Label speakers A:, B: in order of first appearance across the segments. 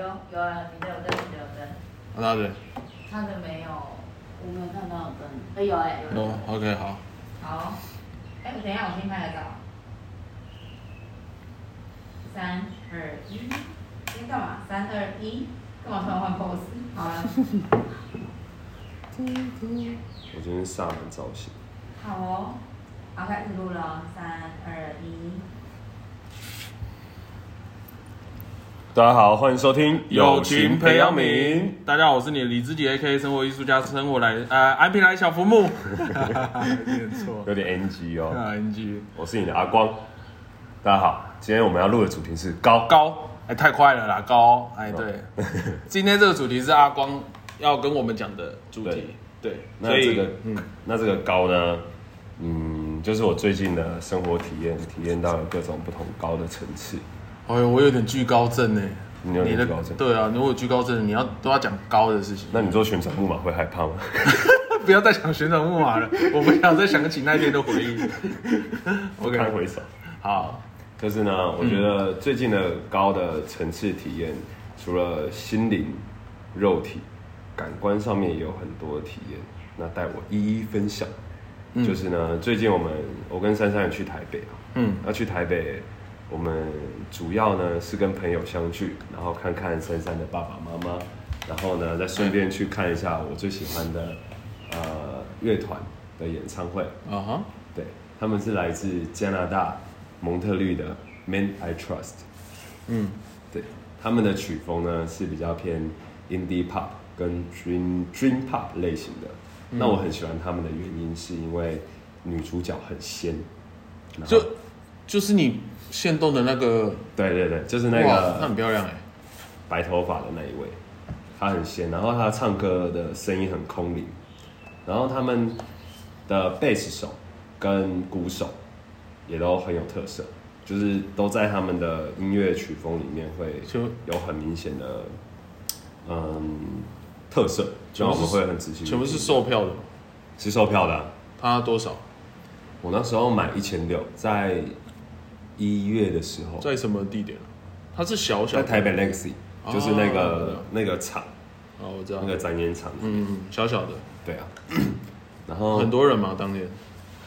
A: 啊
B: 他的
A: 他的没有，我没有看到有灯，哎有哎有。
C: 哦
B: 有 OK 好，，
A: 好，哎、等一下，我先拍个照。三二一，先干嘛？三二一，干嘛突然换 pose？好 了，
C: 我今天萨满造型，
A: 好哦，好开始录了哦，三二一。
C: 大家好，欢迎收听《
B: 大家好，我是你的李志杰 AK 生活艺术家，生活来呃安平来小浮木，啊念 错，
C: 有点
B: 嗯
C: NG 哦。
B: NG
C: 我是你的阿光，大家好，今天我们要录的主题是高高，
B: 高，哎太快了啦高，哎对，
C: 哦
B: 今天这个主题是阿光要跟我们讲的主题，对，
C: 那
B: 所
C: 这
B: 以嗯
C: 个那这个高呢，嗯，就是我最近的生活体验，体验到了各种不同高的层次。
B: 哎呦我有点惧高症哎，
C: 你有点
B: 的
C: 惧高症
B: 对啊，如果有惧高症，你要都要讲高的事情，
C: 那你做旋转木马会害怕吗？
B: 不要再想旋转木马了，我不想再想起那天的回忆。OK，
C: 看回首。
B: 好，
C: 就是呢，我觉得最近的高的层次体验，除了心灵、肉体、感官上面也有很多的体验，那带我一一分享。就是呢，最近我们我跟珊珊也去台北啊，
B: 嗯，
C: 那去台北，我们主要呢是跟朋友相聚，然后看看珊珊的爸爸妈妈，然后呢再顺便去看一下我最喜欢的呃乐团的演唱会，
B: 啊哈，
C: 对，他们是来自加拿大蒙特利的 Man I Trust。
B: 嗯，
C: 对，他们的曲风呢是比较偏 indie pop 跟 dream dream pop 类型的。
B: 嗯
C: 那我很喜欢他们的原因是因为女主角很仙，然后
B: 就就是你现动的那个，
C: 对对对，就是
B: 哇，
C: 那
B: 那
C: 个
B: 很漂亮哎、
C: 白头发的那一位，她很仙，然后她唱歌的声音很空灵，然后他们的贝斯手跟鼓手也都很有特色，就是都在他们的音乐曲风里面会
B: 就
C: 有很明显的嗯特色，就让我们会很仔细。
B: 全部是售票的，
C: 是售票的啊、
B: 它多少？
C: 我那时候买一千六，在一月的时候，
B: 在什么地点？啊它是小小
C: 在台北 Legacy，就是那个、
B: 哦
C: 那个厂
B: 哦，我知道
C: 那，个展演场，
B: 嗯，小小的，
C: 对啊。然后
B: 很多人嘛，当年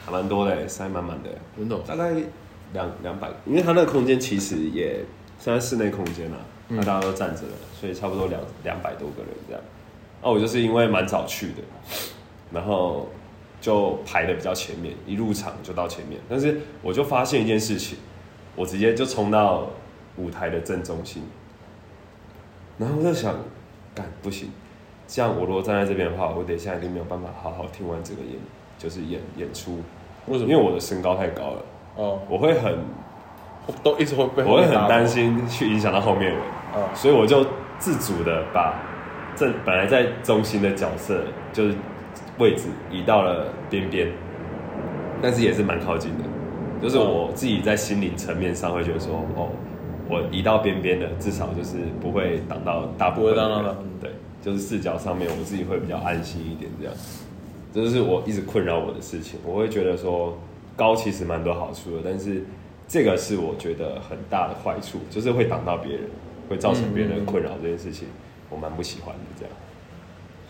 C: 还蛮多的，塞满满的，
B: 真的哦，
C: 大概两两百，因为它那个空间其实也现在室内空间啊，那
B: 嗯
C: 大家都站着了，所以差不多两两百多个人这样。啊，我就是因为蛮早去的，然后就排的比较前面，一入场就到前面。但是我就发现一件事情，我直接就冲到舞台的正中心，然后我就想，干不行，这样我如果站在这边的话，我等一下一定没有办法好好听完整个演，就是演演出，
B: 为什
C: 因
B: 么？
C: 为我的身高太高了，
B: 哦，
C: 我会很
B: 都一直会被
C: 我会很担心去影响到后面人，
B: 哦
C: 所以我就自主的把正本来在中心的角色就是位置移到了边边，但是也是蛮靠近的，就是我自己在心灵层面上会觉得说，哦，我移到边边的，至少就是不会挡到大部分的人，
B: 不会挡到嗯大部分
C: 对，就是视角上面我自己会比较安心一点这样。这就是我一直困扰我的事情。我会觉得说高其实蛮多好处的，但是这个是我觉得很大的坏处，就是会挡到别人，会造成别人的困扰这件事
B: 嗯
C: 情，我蛮不喜欢的。这样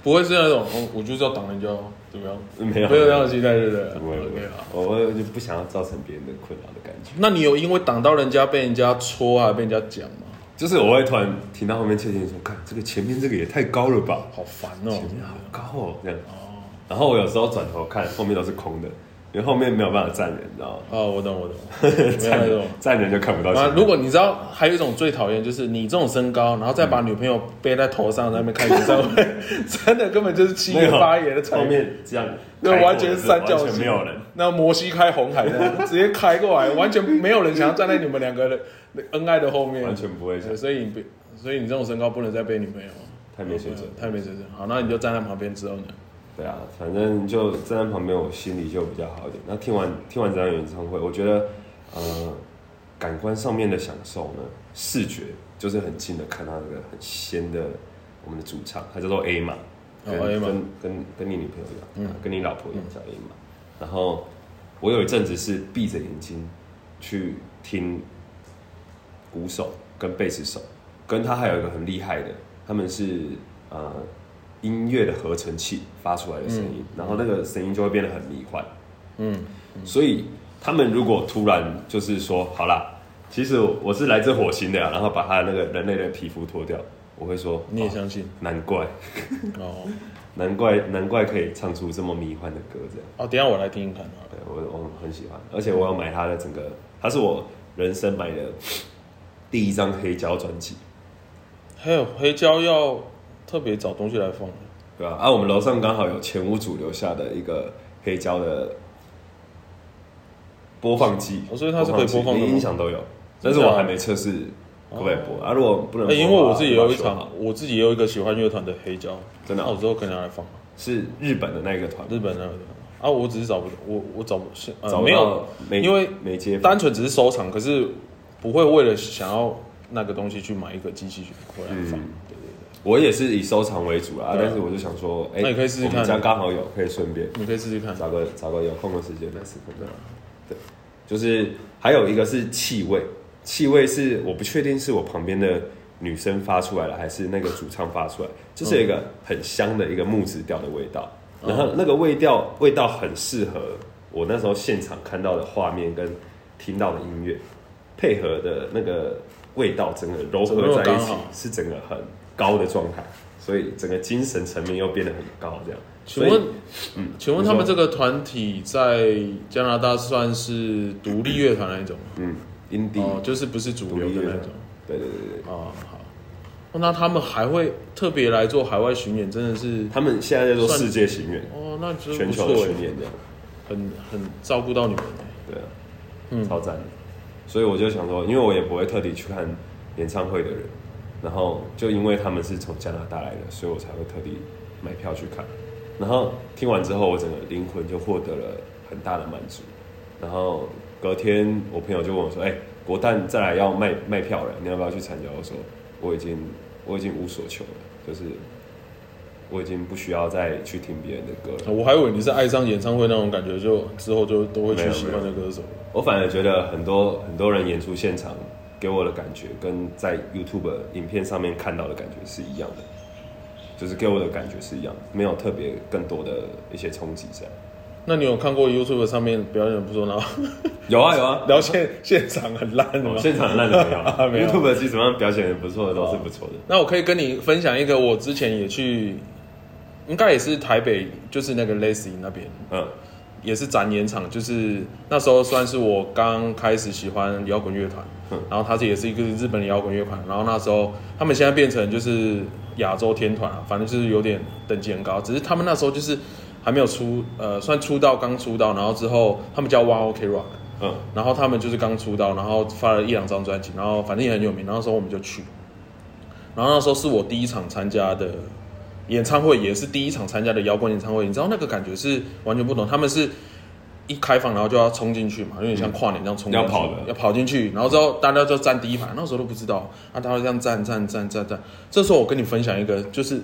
B: 不会是那种，哦我就是要挡人家哦，怎么样？
C: 没有啊
B: 没有那种心态，对不对？
C: 不会不
B: OK
C: 会
B: 啊。，
C: 我会就不想要造成别人的困扰的感觉。
B: 那你有因为挡到人家被人家戳啊，被人家讲吗？
C: 就是我会突然听到后面窃听说，看这个前面这个也太高了吧，
B: 好烦
C: 前面好
B: 哦！
C: 高哦，这样。然后我有时候转头看，后面都是空的，因为后面没有办法站人，你知道吗？
B: 哦，我懂我 懂，没有那种。
C: 站人就看不到前
B: 啊
C: 面。，
B: 如果你知道，还有一种最讨厌就是你这种身高，然后再把女朋友背在头上，在那边看演唱 会，真的根本就是七
C: 没
B: 爷
C: 有
B: 八爷的场
C: 后
B: 面，
C: 面这样，
B: 那完全是三角
C: 完全
B: 形，
C: 没有人。。
B: 那摩西开红海那样，直接开过来，完全没有人想要站在你们两个人恩爱的后面，
C: 完全不会想
B: 对所以你不，所以你这种身高不能再背女朋友，
C: 太没水准
B: 太没水准。好，那你就站在旁边之后呢？
C: 对啊，反正就站在旁边，我心里就比较好一点。那听完听完这场演唱会，我觉得，呃，感官上面的享受呢，视觉就是很近的看到那个很仙的我们的主唱，他叫做 A 嘛，跟、
B: 哦，A 嘛
C: 跟跟跟你女朋友一
B: 嗯
C: 样，跟你老婆一样叫 A 嘛。然后我有一阵子是闭着眼睛去听鼓手跟贝斯手，跟他还有一个很厉害的，他们是呃音乐的合成器发出来的声音，然后那个声音就会变得很迷幻。
B: 嗯，
C: 所以他们如果突然就是说，好啦，其实我是来自火星的、啊，然后把他的那个人类的皮肤脱掉，我会说，
B: 你也
C: 哦
B: 相信
C: 难怪，
B: 哦？
C: 难怪，难怪可以唱出这么迷幻的歌，这样。
B: 哦，等一下我来听听看好了
C: 对我我很喜欢，而且我要买他的整个，他是我人生买的第一张黑胶专辑，
B: 还有黑胶要特别找东西来放，
C: 对吧、啊？我们楼上刚好有前屋主留下的一个黑胶的播放机，
B: 哦所以它是可以播放的吗
C: 连音响都有，但是我还没测试可不可以播啊？如果不
B: 哎、
C: 能播的话，
B: 因为我自己也有一
C: 我把它修好
B: 场，我自己也有一个喜欢乐团的黑胶，
C: 真的
B: 那
C: 啊
B: 我之后可以拿来放。
C: 是日本的那个团，
B: 日本那个啊，我只是找不到，我我找不是、
C: 找
B: 呃、
C: 不
B: 没有
C: 到没
B: 因为
C: 没接
B: 单纯只是收藏，可是不会为了想要那个东西去买一个机器去回来放。
C: 嗯
B: 对对
C: 我也是以收藏为主啦，
B: 对啊
C: 但是我就想说，哎、
B: 那你可以试试看
C: 我们家刚好有，可以顺便
B: 对，你可以试试看。
C: 找个找个有空的时间来试看看。对，就是还有一个是气味，气味是我不确定是我旁边的女生发出来了，还是那个主唱发出来，就是有一个很香的一个木质调的味道，
B: 嗯
C: 然后那个味调味道很适合我那时候现场看到的画面跟听到的音乐配合的那个味道，整个柔
B: 整个
C: 合在一
B: 刚
C: 起
B: 好
C: 是整个很高的状态。所以整个精神层面又变得很高，这样。
B: 请问
C: 所以，嗯
B: 请问他们
C: 你
B: 这
C: 说
B: 个团体在加拿大算是独立乐团那一种吗？
C: 嗯，indie，、
B: 哦，就是不是主流的那种。
C: 对对对对对，
B: 哦，好。哦，那他们还会特别来做海外巡演，真的是
C: 他们现在叫做世界巡演，
B: 哦，那真的
C: 全
B: 不
C: 球的
B: 错
C: 巡
B: 哎，
C: 演这样，
B: 很很照顾到你们哎。
C: 对啊，
B: 嗯
C: 超赞的。所以我就想说，因为我也不会特地去看演唱会的人，然后就因为他们是从加拿大来的，所以我才会特地买票去看。然后听完之后，我整个灵魂就获得了很大的满足。然后隔天，我朋友就问我说：“哎、国蛋再来要卖卖票了，你要不要去参加？”我说：“我已经我已经无所求了，就是我已经不需要再去听别人的歌了。”
B: 我还以为你是爱上演唱会那种感觉，就之后就都会
C: 没
B: 去
C: 有
B: 喜欢的歌手。
C: 我反而觉得很多很多人演出现场给我的感觉，跟在 YouTube 影片上面看到的感觉是一样的，就是给我的感觉是一样的，没有特别更多的一些冲击。这样
B: 那你有看过 YouTube 上面表演不说， 然后
C: 有啊有啊，
B: 聊现现场很烂的
C: 我
B: 吗？
C: 哦现场烂的没有 啊
B: 没有
C: ，YouTube 基本上表现的不错的都是不错的。
B: 那我可以跟你分享一个，我之前也去，应该也是台北，就是那个 Lacy 那边
C: 嗯
B: 也是展演场，就是那时候算是我刚开始喜欢摇滚乐团
C: 嗯，
B: 然后它这也是一个日本的摇滚乐团，然后那时候他们现在变成就是亚洲天团啊，反正就是有点等级很高，只是他们那时候就是还没有出，呃，算出道刚出道，然后之后他们叫 One OK Rock，
C: 嗯，
B: 然后他们就是刚出道，然后发了一两张专辑，然后反正也很有名。然后那时候我们就去，然后那时候是我第一场参加的演唱会，也是第一场参加的摇滚演唱会。你知道那个感觉是完全不同，他们是一开放然后就要冲进去嘛，有点像跨年这样冲进去，
C: 要跑的
B: 要跑进去，然后之后大家就站第一排，那时候都不知道啊，大家就这样站站站站站。这时候我跟你分享一个，就是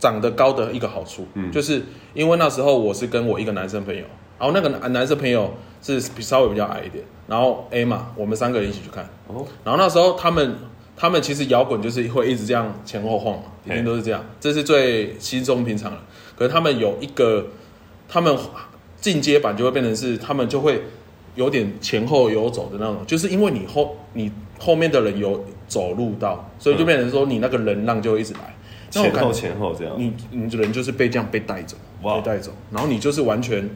B: 长得高的一个好处，
C: 嗯
B: 就是因为那时候我是跟我一个男生朋友，然后那个男男生朋友是比稍微比较矮一点，然后 A 嘛，我们三个人一起去看，
C: 哦，
B: 然后那时候他们他们其实摇滚就是会一直这样前后晃嘛，一
C: 嘿
B: 定都是这样，这是最稀松平常的。可是他们有一个，他们进阶版就会变成是他们就会有点前后游走的那种，就是因为你后你后面的人有走路到，所以就变成说你那个人浪就会一直来。那我
C: 前
B: 感
C: 后
B: 觉
C: 前后这样，
B: 你你人就是被这样被带走，
C: 啊哇
B: 被带走，然后你就是完全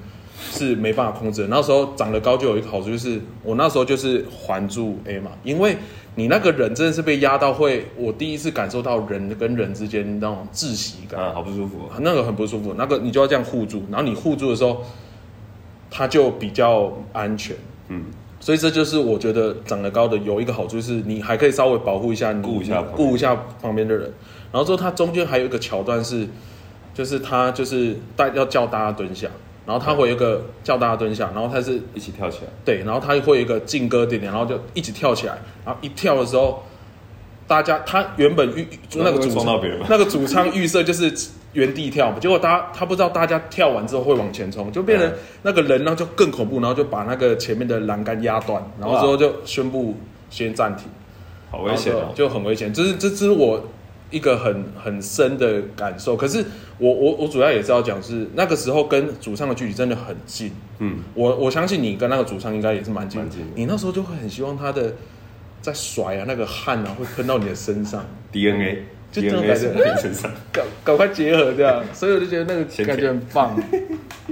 B: 是没办法控制的。那时候长得高就有一个好处，就是我那时候就是环住 A 嘛，因为你那个人真的是被压到会，我第一次感受到人跟人之间那种窒息感，
C: 啊，好不舒服哦。
B: 那个很不舒服。那个你就要这样护住，然后你护住的时候，它就比较安全。
C: 嗯，
B: 所以这就是我觉得长得高的有一个好处，就是你还可以稍微保护一下你，
C: 顾一下旁边
B: 顾一下旁边的人。然后之后它中间还有一个桥段是，就是他就是大要叫大家蹲下，然后他会有一个叫大家蹲下，然后他是
C: 一起跳起来，
B: 对，然后他会有一个劲歌点点，然后就一起跳起来，然后一跳的时候，大家他原本预
C: 那
B: 那个
C: 会
B: 主
C: 撞
B: 唱
C: 到别人吗
B: 那个主唱预设就是原地跳，结果大家他不知道大家跳完之后会往前冲，就变成
C: 嗯
B: 那个人呢就更恐怖，然后就把那个前面的栏杆压断，然后之后就宣布先暂停，
C: 好危险
B: 然后
C: 哦。
B: 就就很危险。这是这是我一个很很深的感受。可是我我我主要也是要讲是那个时候跟主唱的距离真的很近，
C: 嗯，
B: 我我相信你跟那个主唱应该也是蛮近的
C: 蛮近的
B: 你那时候就会很希望他的在甩啊那个汗啊会喷到你的身上，
C: DNA，
B: 就这种
C: DNA
B: 感
C: 是
B: 觉
C: 在你身上，
B: 赶赶快结合这样， 所以我就觉得那个
C: 先
B: 感觉很棒，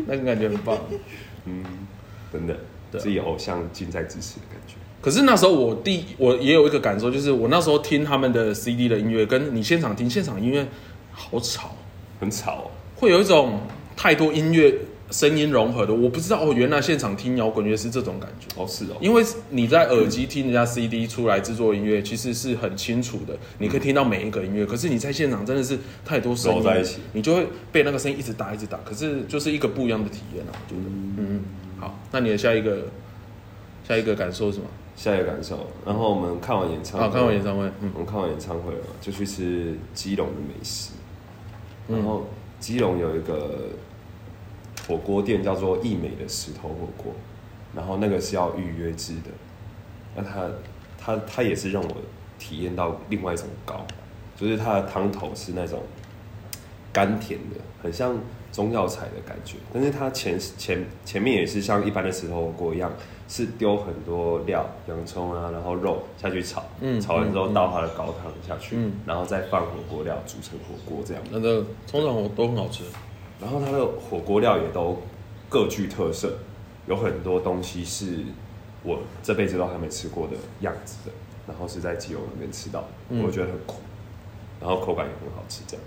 B: 那个感觉很棒。
C: 真的，
B: 对
C: 自己偶像近在咫尺的感觉。
B: 可是那时候我第我也有一个感受，就是我那时候听他们的 CD 的音乐，跟你现场听现场音乐好吵，
C: 很吵、哦，
B: 会有一种太多音乐声音融合的，我不知道哦，原来现场听摇滚乐是这种感觉。
C: 哦是哦，
B: 因为你在耳机听人家 CD 出来制作音乐，其实是很清楚的，你可以听到每一个音乐。可是你在现场真的是太多声音
C: 揉在一起
B: 你就会被那个声音一直打，一直打。可是就是一个不一样的体验啊，我觉得。嗯，好，那你的下一个下一个感受是什么？
C: 下一个感受。然后我们看完演唱会，
B: 啊，看完演唱会，嗯
C: 我们看完演唱会嘛，就去吃基隆的美食。
B: 嗯
C: 然后基隆有一个火锅店叫做益美的石头火锅，然后那个是要预约制的。那它它它也是让我体验到另外一种高，就是它的汤头是那种甘甜的，很像中药材的感觉。但是它前前前面也是像一般的石头火锅一样，是丢很多料，洋葱啊，然后肉下去炒，
B: 嗯
C: 炒完之后
B: 嗯嗯
C: 倒它的高汤下去，
B: 嗯
C: 然后再放火锅料煮成火锅这样。
B: 那个通常我都很好吃。
C: 然后它的火锅料也都各具特色，有很多东西是我这辈子都还没吃过的样子的，然后是在基隆那边吃到的，
B: 嗯
C: 我觉得很酷，然后口感也很好吃。这样，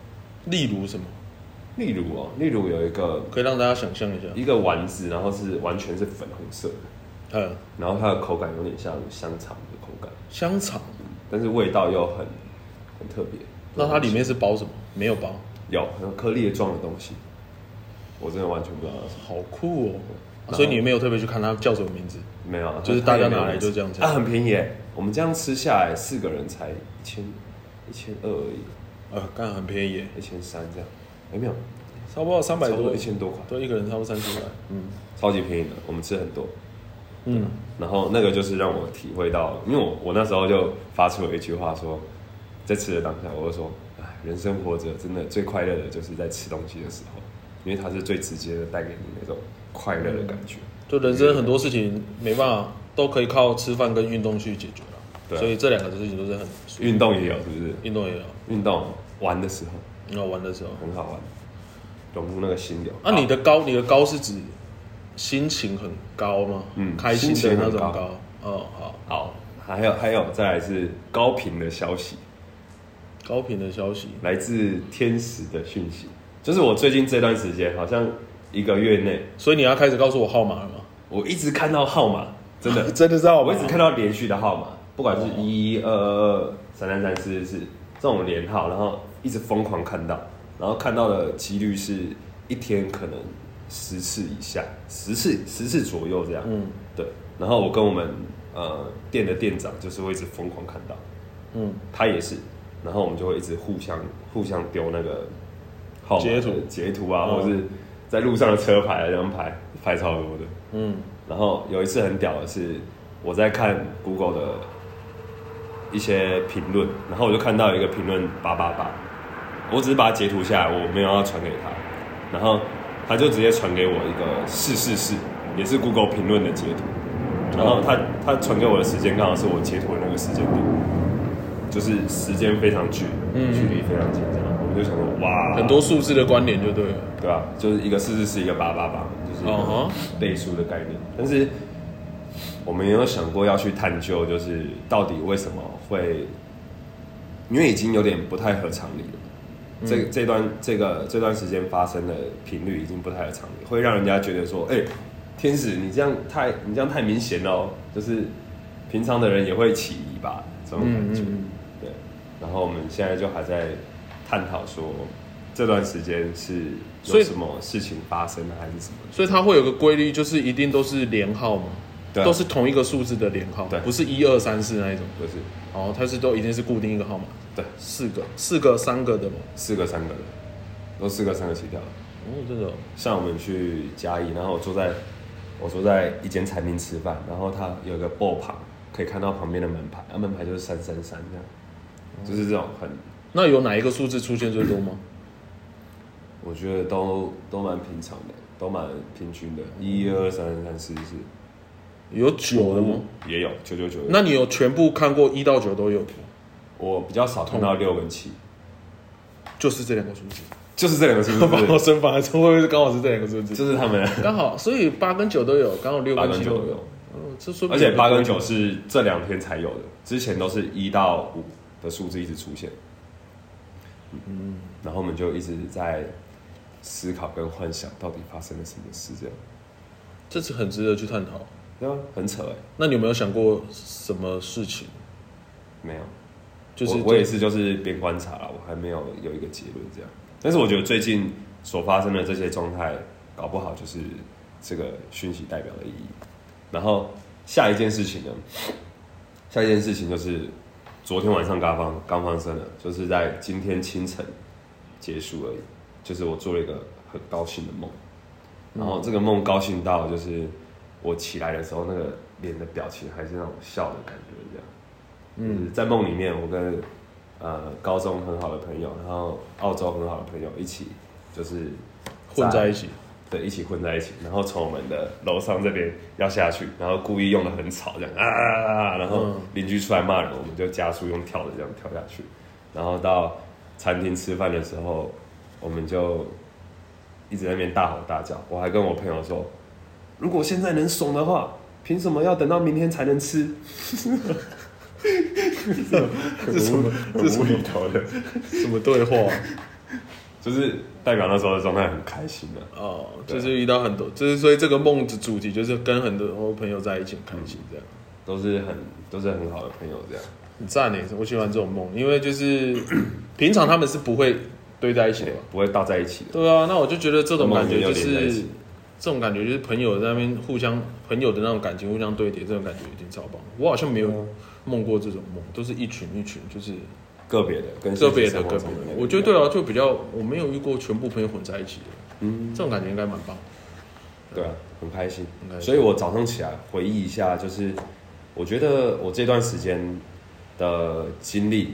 B: 例如什么？
C: 例如哦，例如有一个
B: 可以让大家想象一下。
C: 一个丸子，然后是完全是粉红色的，
B: 呃，
C: 然后它的口感有点像香肠的口感，
B: 香肠，
C: 但是味道又很很特别。
B: 那它里面是包什么？没有包，
C: 有很有颗粒状的东西，我真的完全不知道它是什么
B: 好酷哦！
C: 然后
B: 所以你没有特别去看它叫什么名字？
C: 没有啊，
B: 就是
C: 它
B: 大家
C: 也没有
B: 拿来
C: 很
B: 就这样吃
C: 啊，很便宜耶。我们这样吃下来，四个人才一千一千二而已，
B: 呃，干很便宜耶，
C: 一千三这样，有没有？
B: 差不多三百
C: 差不
B: 多，
C: 一千多块，
B: 对，一个人差不多三十块。嗯
C: 超级便宜的。我们吃很多，
B: 嗯，
C: 然后那个就是让我体会到，因为我我那时候就发出了一句话说，在吃的当下，我就说，哎，人生活着真的最快乐的就是在吃东西的时候，因为它是最直接的带给你那种快乐的感觉。嗯
B: 啊就人生很多事情没办法，都可以靠吃饭跟运动去解决了。
C: 对啊
B: 所以这两个事情都是很
C: 运动也有是不是？
B: 运动也有，
C: 运动玩的时候
B: 你要玩的时候。
C: 很好玩，融入那个心流。
B: 那、你的高，你的高是指心情很高吗？
C: 嗯
B: 开心
C: 心
B: 的
C: 情
B: 那种
C: 很高
B: 高。哦，好，
C: 好，还有还有，再来是高频的消息，
B: 高频的消息。
C: 来自天使的讯息，就是我最近这段时间，好像一个月内，
B: 所以你要开始告诉我号码了吗？
C: 我一直看到号码，真 的，
B: 真的是号
C: 我一直看到连续的号码，不管是一二二二三三三四四这种连号，然后一直疯狂看到，然后看到的几率是一天可能十次以下，十次十次左右这样，
B: 嗯
C: 对。然后我跟我们呃店的店长就是会一直疯狂看到，
B: 嗯，
C: 他也是，然后我们就会一直互相互相丢那个号码
B: 截图
C: 截图啊，
B: 嗯
C: 或者是在路上的车牌啊，这样拍拍超多的。
B: 嗯
C: 然后有一次很屌的是，我在看 Google 的一些评论，然后我就看到一个评论八八八，我只是把它截图下来，我没有要传给他，然后他就直接传给我一个是是是，也是 Google 评论的截图，然后他他传给我的时间刚好是我截图的那个时间点，就是时间非常距
B: 嗯
C: 距离非常近，这样我们就想说哇，
B: 很多数字的关联就对了。
C: 对啊，就是一个四四四，一个八八八，就是一
B: 嗯哼
C: 个倍数的概念。但是我们也有想过要去探究，就是到底为什么会，因为已经有点不太合常理了。
B: 嗯
C: 这这段这个这段时间发生的频率已经不太合常理，会让人家觉得说，哎、天使，你这样太你这样太明显了哦，就是平常的人也会起疑吧，这种感觉。
B: 嗯嗯嗯
C: 对，然后我们现在就还在探讨说这段时间是
B: 所
C: 有
B: 以
C: 什么事情发生的，还是什么？
B: 所以它会有个规律，就是一定都是连号嘛，
C: 对啊
B: 都是同一个数字的连号，
C: 对
B: 不是一二三四那一种。
C: 就是
B: 哦，它是都一定是固定一个号码，
C: 对，
B: 四个、四个、三个的嘛。
C: 四个三个的，都四个三个起跳的。
B: 哦，真的哦，
C: 像我们去嘉义，然后我坐在我坐在一间餐厅吃饭，然后它有一个
B: 哦
C: 爆旁，可以看到旁边的门牌，啊，门牌就是三三三这样，就是这种很
B: 那有哪一个数字出现最多 吗？
C: 我觉得都都蛮平常的，都蛮平均的，一、二、三、三、四、四，
B: 有九的吗？
C: 也有九九九。
B: 那你有全部看过一到九都有，
C: 我比较少看到六跟七，
B: 就是这两个数字。
C: 就是这 两个数
B: 把我
C: 字，
B: 身法会不会是刚好是这两个数字？
C: 就是他们
B: 刚好，所以八跟九都有，刚好六
C: 八
B: 跟
C: 跟
B: 七
C: 九
B: 都
C: 都
B: 有。
C: 有，
B: 哦，这说明
C: 而且八跟九是这两天才有的，之前都是一到五的数字一直出现。嗯，然后我们就一直在思考跟幻想到底发生了什么事，这样，
B: 这是很值得去探讨。
C: 对啊，很扯哎、
B: 那你有没有想过什么事情？
C: 没有，
B: 就是
C: 我我也是就是边观察啦，我还没有有一个结论这样。但是我觉得最近所发生的这些状态，搞不好就是这个讯息代表的意义。然后下一件事情呢，下一件事情就是昨天晚上刚发刚发生的，就是在今天清晨结束而已。就是我做了一个很高兴的梦，
B: 嗯
C: 然后这个梦高兴到就是我起来的时候，那个脸的表情还是那种笑的感觉，这样。嗯，在梦里面，我跟呃高中很好的朋友，然后澳洲很好的朋友一起，就是
B: 混在一起，
C: 对，一起混在一起，然后从我们的楼上这边要下去，然后故意用的很吵，这样啊啊啊啊，然后
B: 嗯
C: 邻居出来骂人，我们就加速用跳的这样跳下去，然后到餐厅吃饭的时候，我们就一直在那边大吼大叫，我还跟我朋友说，如果现在能怂的话，凭什么要等到明天才能吃？这是 什么？ 这是无厘头的，
B: 什么对话？
C: 就是代表那时候的状态很开心啊。
B: 哦，就
C: 对啊
B: 是遇到很多，就是所以这个梦的主题就是跟很多朋友在一起很开心这样。
C: 都是很都是很好的朋友这样。
B: 很赞呢，我喜欢这种梦，因为就是 平常他们是不会堆在一起的嘛。
C: 不会搭在一起的。
B: 对啊，那我就觉得这种感觉就
C: 梦里面有连在一
B: 是
C: 起，
B: 这种感觉就是朋友在那边互相朋友的那种感情互相堆叠，这种感觉一定超棒。我好像没有
C: 嗯
B: 梦过这种梦，都是一群一群，就是
C: 个别的跟
B: 个别
C: 现
B: 的
C: 实生活
B: 个别
C: 中
B: 的
C: 那。个
B: 我觉得对啊，就比较我没有遇过全部朋友混在一起的，
C: 嗯，
B: 这种感觉应该蛮棒。
C: 对啊，很开心。
B: 很开心
C: 所以我早上起来回忆一下，就是我觉得我这段时间的经历，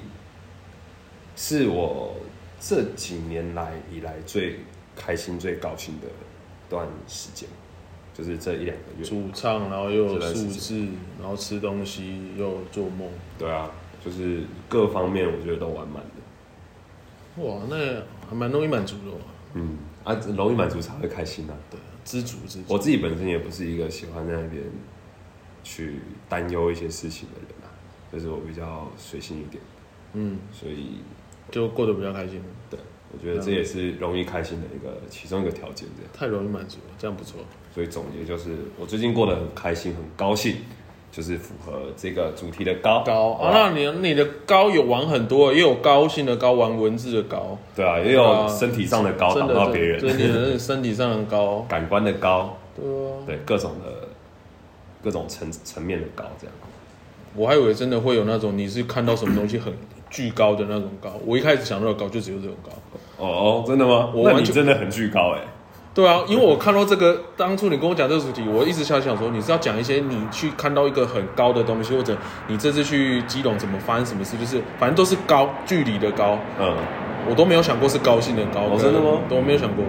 C: 是我这几年来以来最开心、最高兴的一段时间，就是这一两个月。
B: 主唱，然后又有
C: 这段时
B: 数
C: 间
B: 字，然后吃东西，又有做梦，
C: 对啊，就是各方面我觉得都完满的。
B: 哇，那还蛮容易满足的、哦。
C: 嗯，啊，容易满足才会开心啊。
B: 对，知足知足。
C: 我自己本身也不是一个喜欢在那边去担忧一些事情的人啊，就是我比较随性一点，
B: 嗯，
C: 所以
B: 就过得比较开心，
C: 对我觉得这也是容易开心的一个其中一个条件，这样。
B: 太容易满足了，这样不错。
C: 所以总结就是，我最近过得很开心，很高兴，就是符合这个主题的高
B: 高
C: 好
B: 啊，
C: 吧
B: 那你你的高有玩很多，也有高兴的高，玩文字的高，
C: 对啊，也
B: 对啊
C: 有身体上的高
B: 真
C: 挡
B: 的
C: 到别
B: 真的
C: 人，
B: 真的 身体上的高，
C: 感官的高，
B: 对啊，
C: 对各种的各种层层面的高，这样。
B: 我还以为真的会有那种你是看到什么东西很 巨高的那种高，我一开始想到的高就只有这种高。
C: 哦哦，真的吗？
B: 我
C: 那
B: 完
C: 你
B: 全
C: 真的很巨高哎、
B: 对啊，因为我看到这个，当初你跟我讲这个主题，我一直想想说，你是要讲一些你去看到一个很高的东西，或者你这次去基隆怎么发生什么事，就是反正都是高距离的高，
C: 嗯。
B: 我都没有想过是高兴的高。
C: 哦真的吗
B: 都没有想过。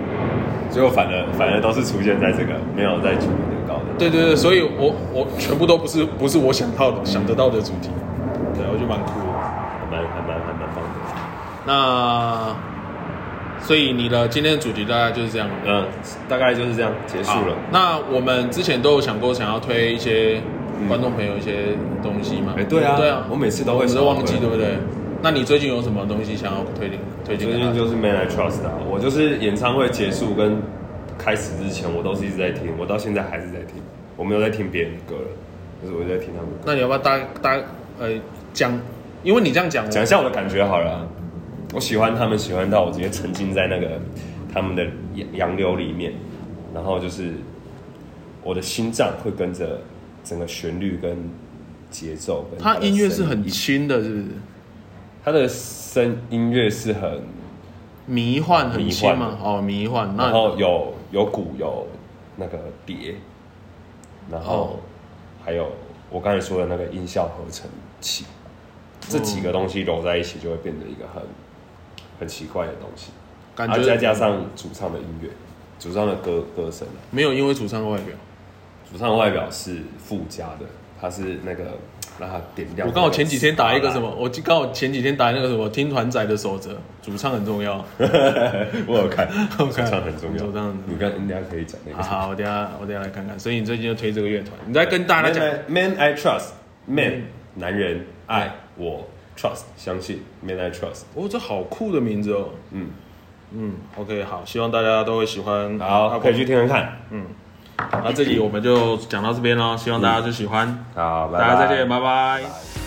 C: 结果反而反而都是出现在这个没有在主题的高的，
B: 对对对，所以我我全部都不是不是我想到的想得到的主题，对，我就蛮酷的。
C: 还蛮还蛮还蛮棒的。
B: 那所以你的今天的主题大概就是这样了。
C: 嗯，大概就是这样结束
B: 好
C: 了。
B: 那我们之前都有想过想要推一些观众朋友一些东西嘛？
C: 哎对啊
B: 对啊，
C: 我每次都会
B: 我们
C: 想
B: 都
C: 要
B: 忘记，
C: 推
B: 对不对？那你最近有什么东西想要推荐推荐
C: 最
B: 给大家？
C: 近就是 Man I Trust 啊，我就是演唱会结束跟开始之前，我都是一直在听，我到现在还是在听，我没有在听别人的歌了，就是我在听他们的歌。
B: 那你要不要大大呃讲？因为你这样讲，
C: 讲一下我的感觉好了啊，我喜欢他们，喜欢到我直接沉浸在那个他们的洋洋流里面，然后就是我的心脏会跟着整个旋律跟节奏跟
B: 它
C: 的
B: 音乐是
C: 声
B: 很轻的，是不是？
C: 他的声音乐是很，
B: 迷幻很轻
C: 迷
B: 嘛？哦，迷幻。那
C: 然后有有鼓有那个碟，然
B: 哦
C: 后还有我刚才说的那个音效合成器，这几个东西揉在一起就会变成一个很很奇怪的东西，
B: 感
C: 然后啊再
B: 觉
C: 加上主唱的音乐，主唱的歌歌声啊，
B: 没有因为主唱外表。
C: 主唱的外表是附加的，他是那个让他点亮。
B: 我刚好前几天打一个什么，，我刚好前几天打那个什么听团仔的守则，主唱很重要。
C: 啊我有看，
B: 我
C: 主
B: 看
C: 唱很重要，
B: 主唱很重要
C: 你跟人家可以讲 那
B: 好
C: 个
B: 好，啊我等一下我等一下来看看。所以你最近就推这个乐团，你在跟大家讲
C: Man,，Man I trust, Man
B: 嗯
C: 男人爱我 trust 相信 Man I trust，
B: 哎哦，这好酷的名字哦。
C: 嗯，
B: 嗯，OK，好，希望大家都会喜欢。啊
C: 好，可以去听听看，
B: 那这里我们就讲到这边喽，希望大家就喜欢，
C: 好，拜
B: 大家再
C: 嗯拜
B: 见，拜拜
C: 拜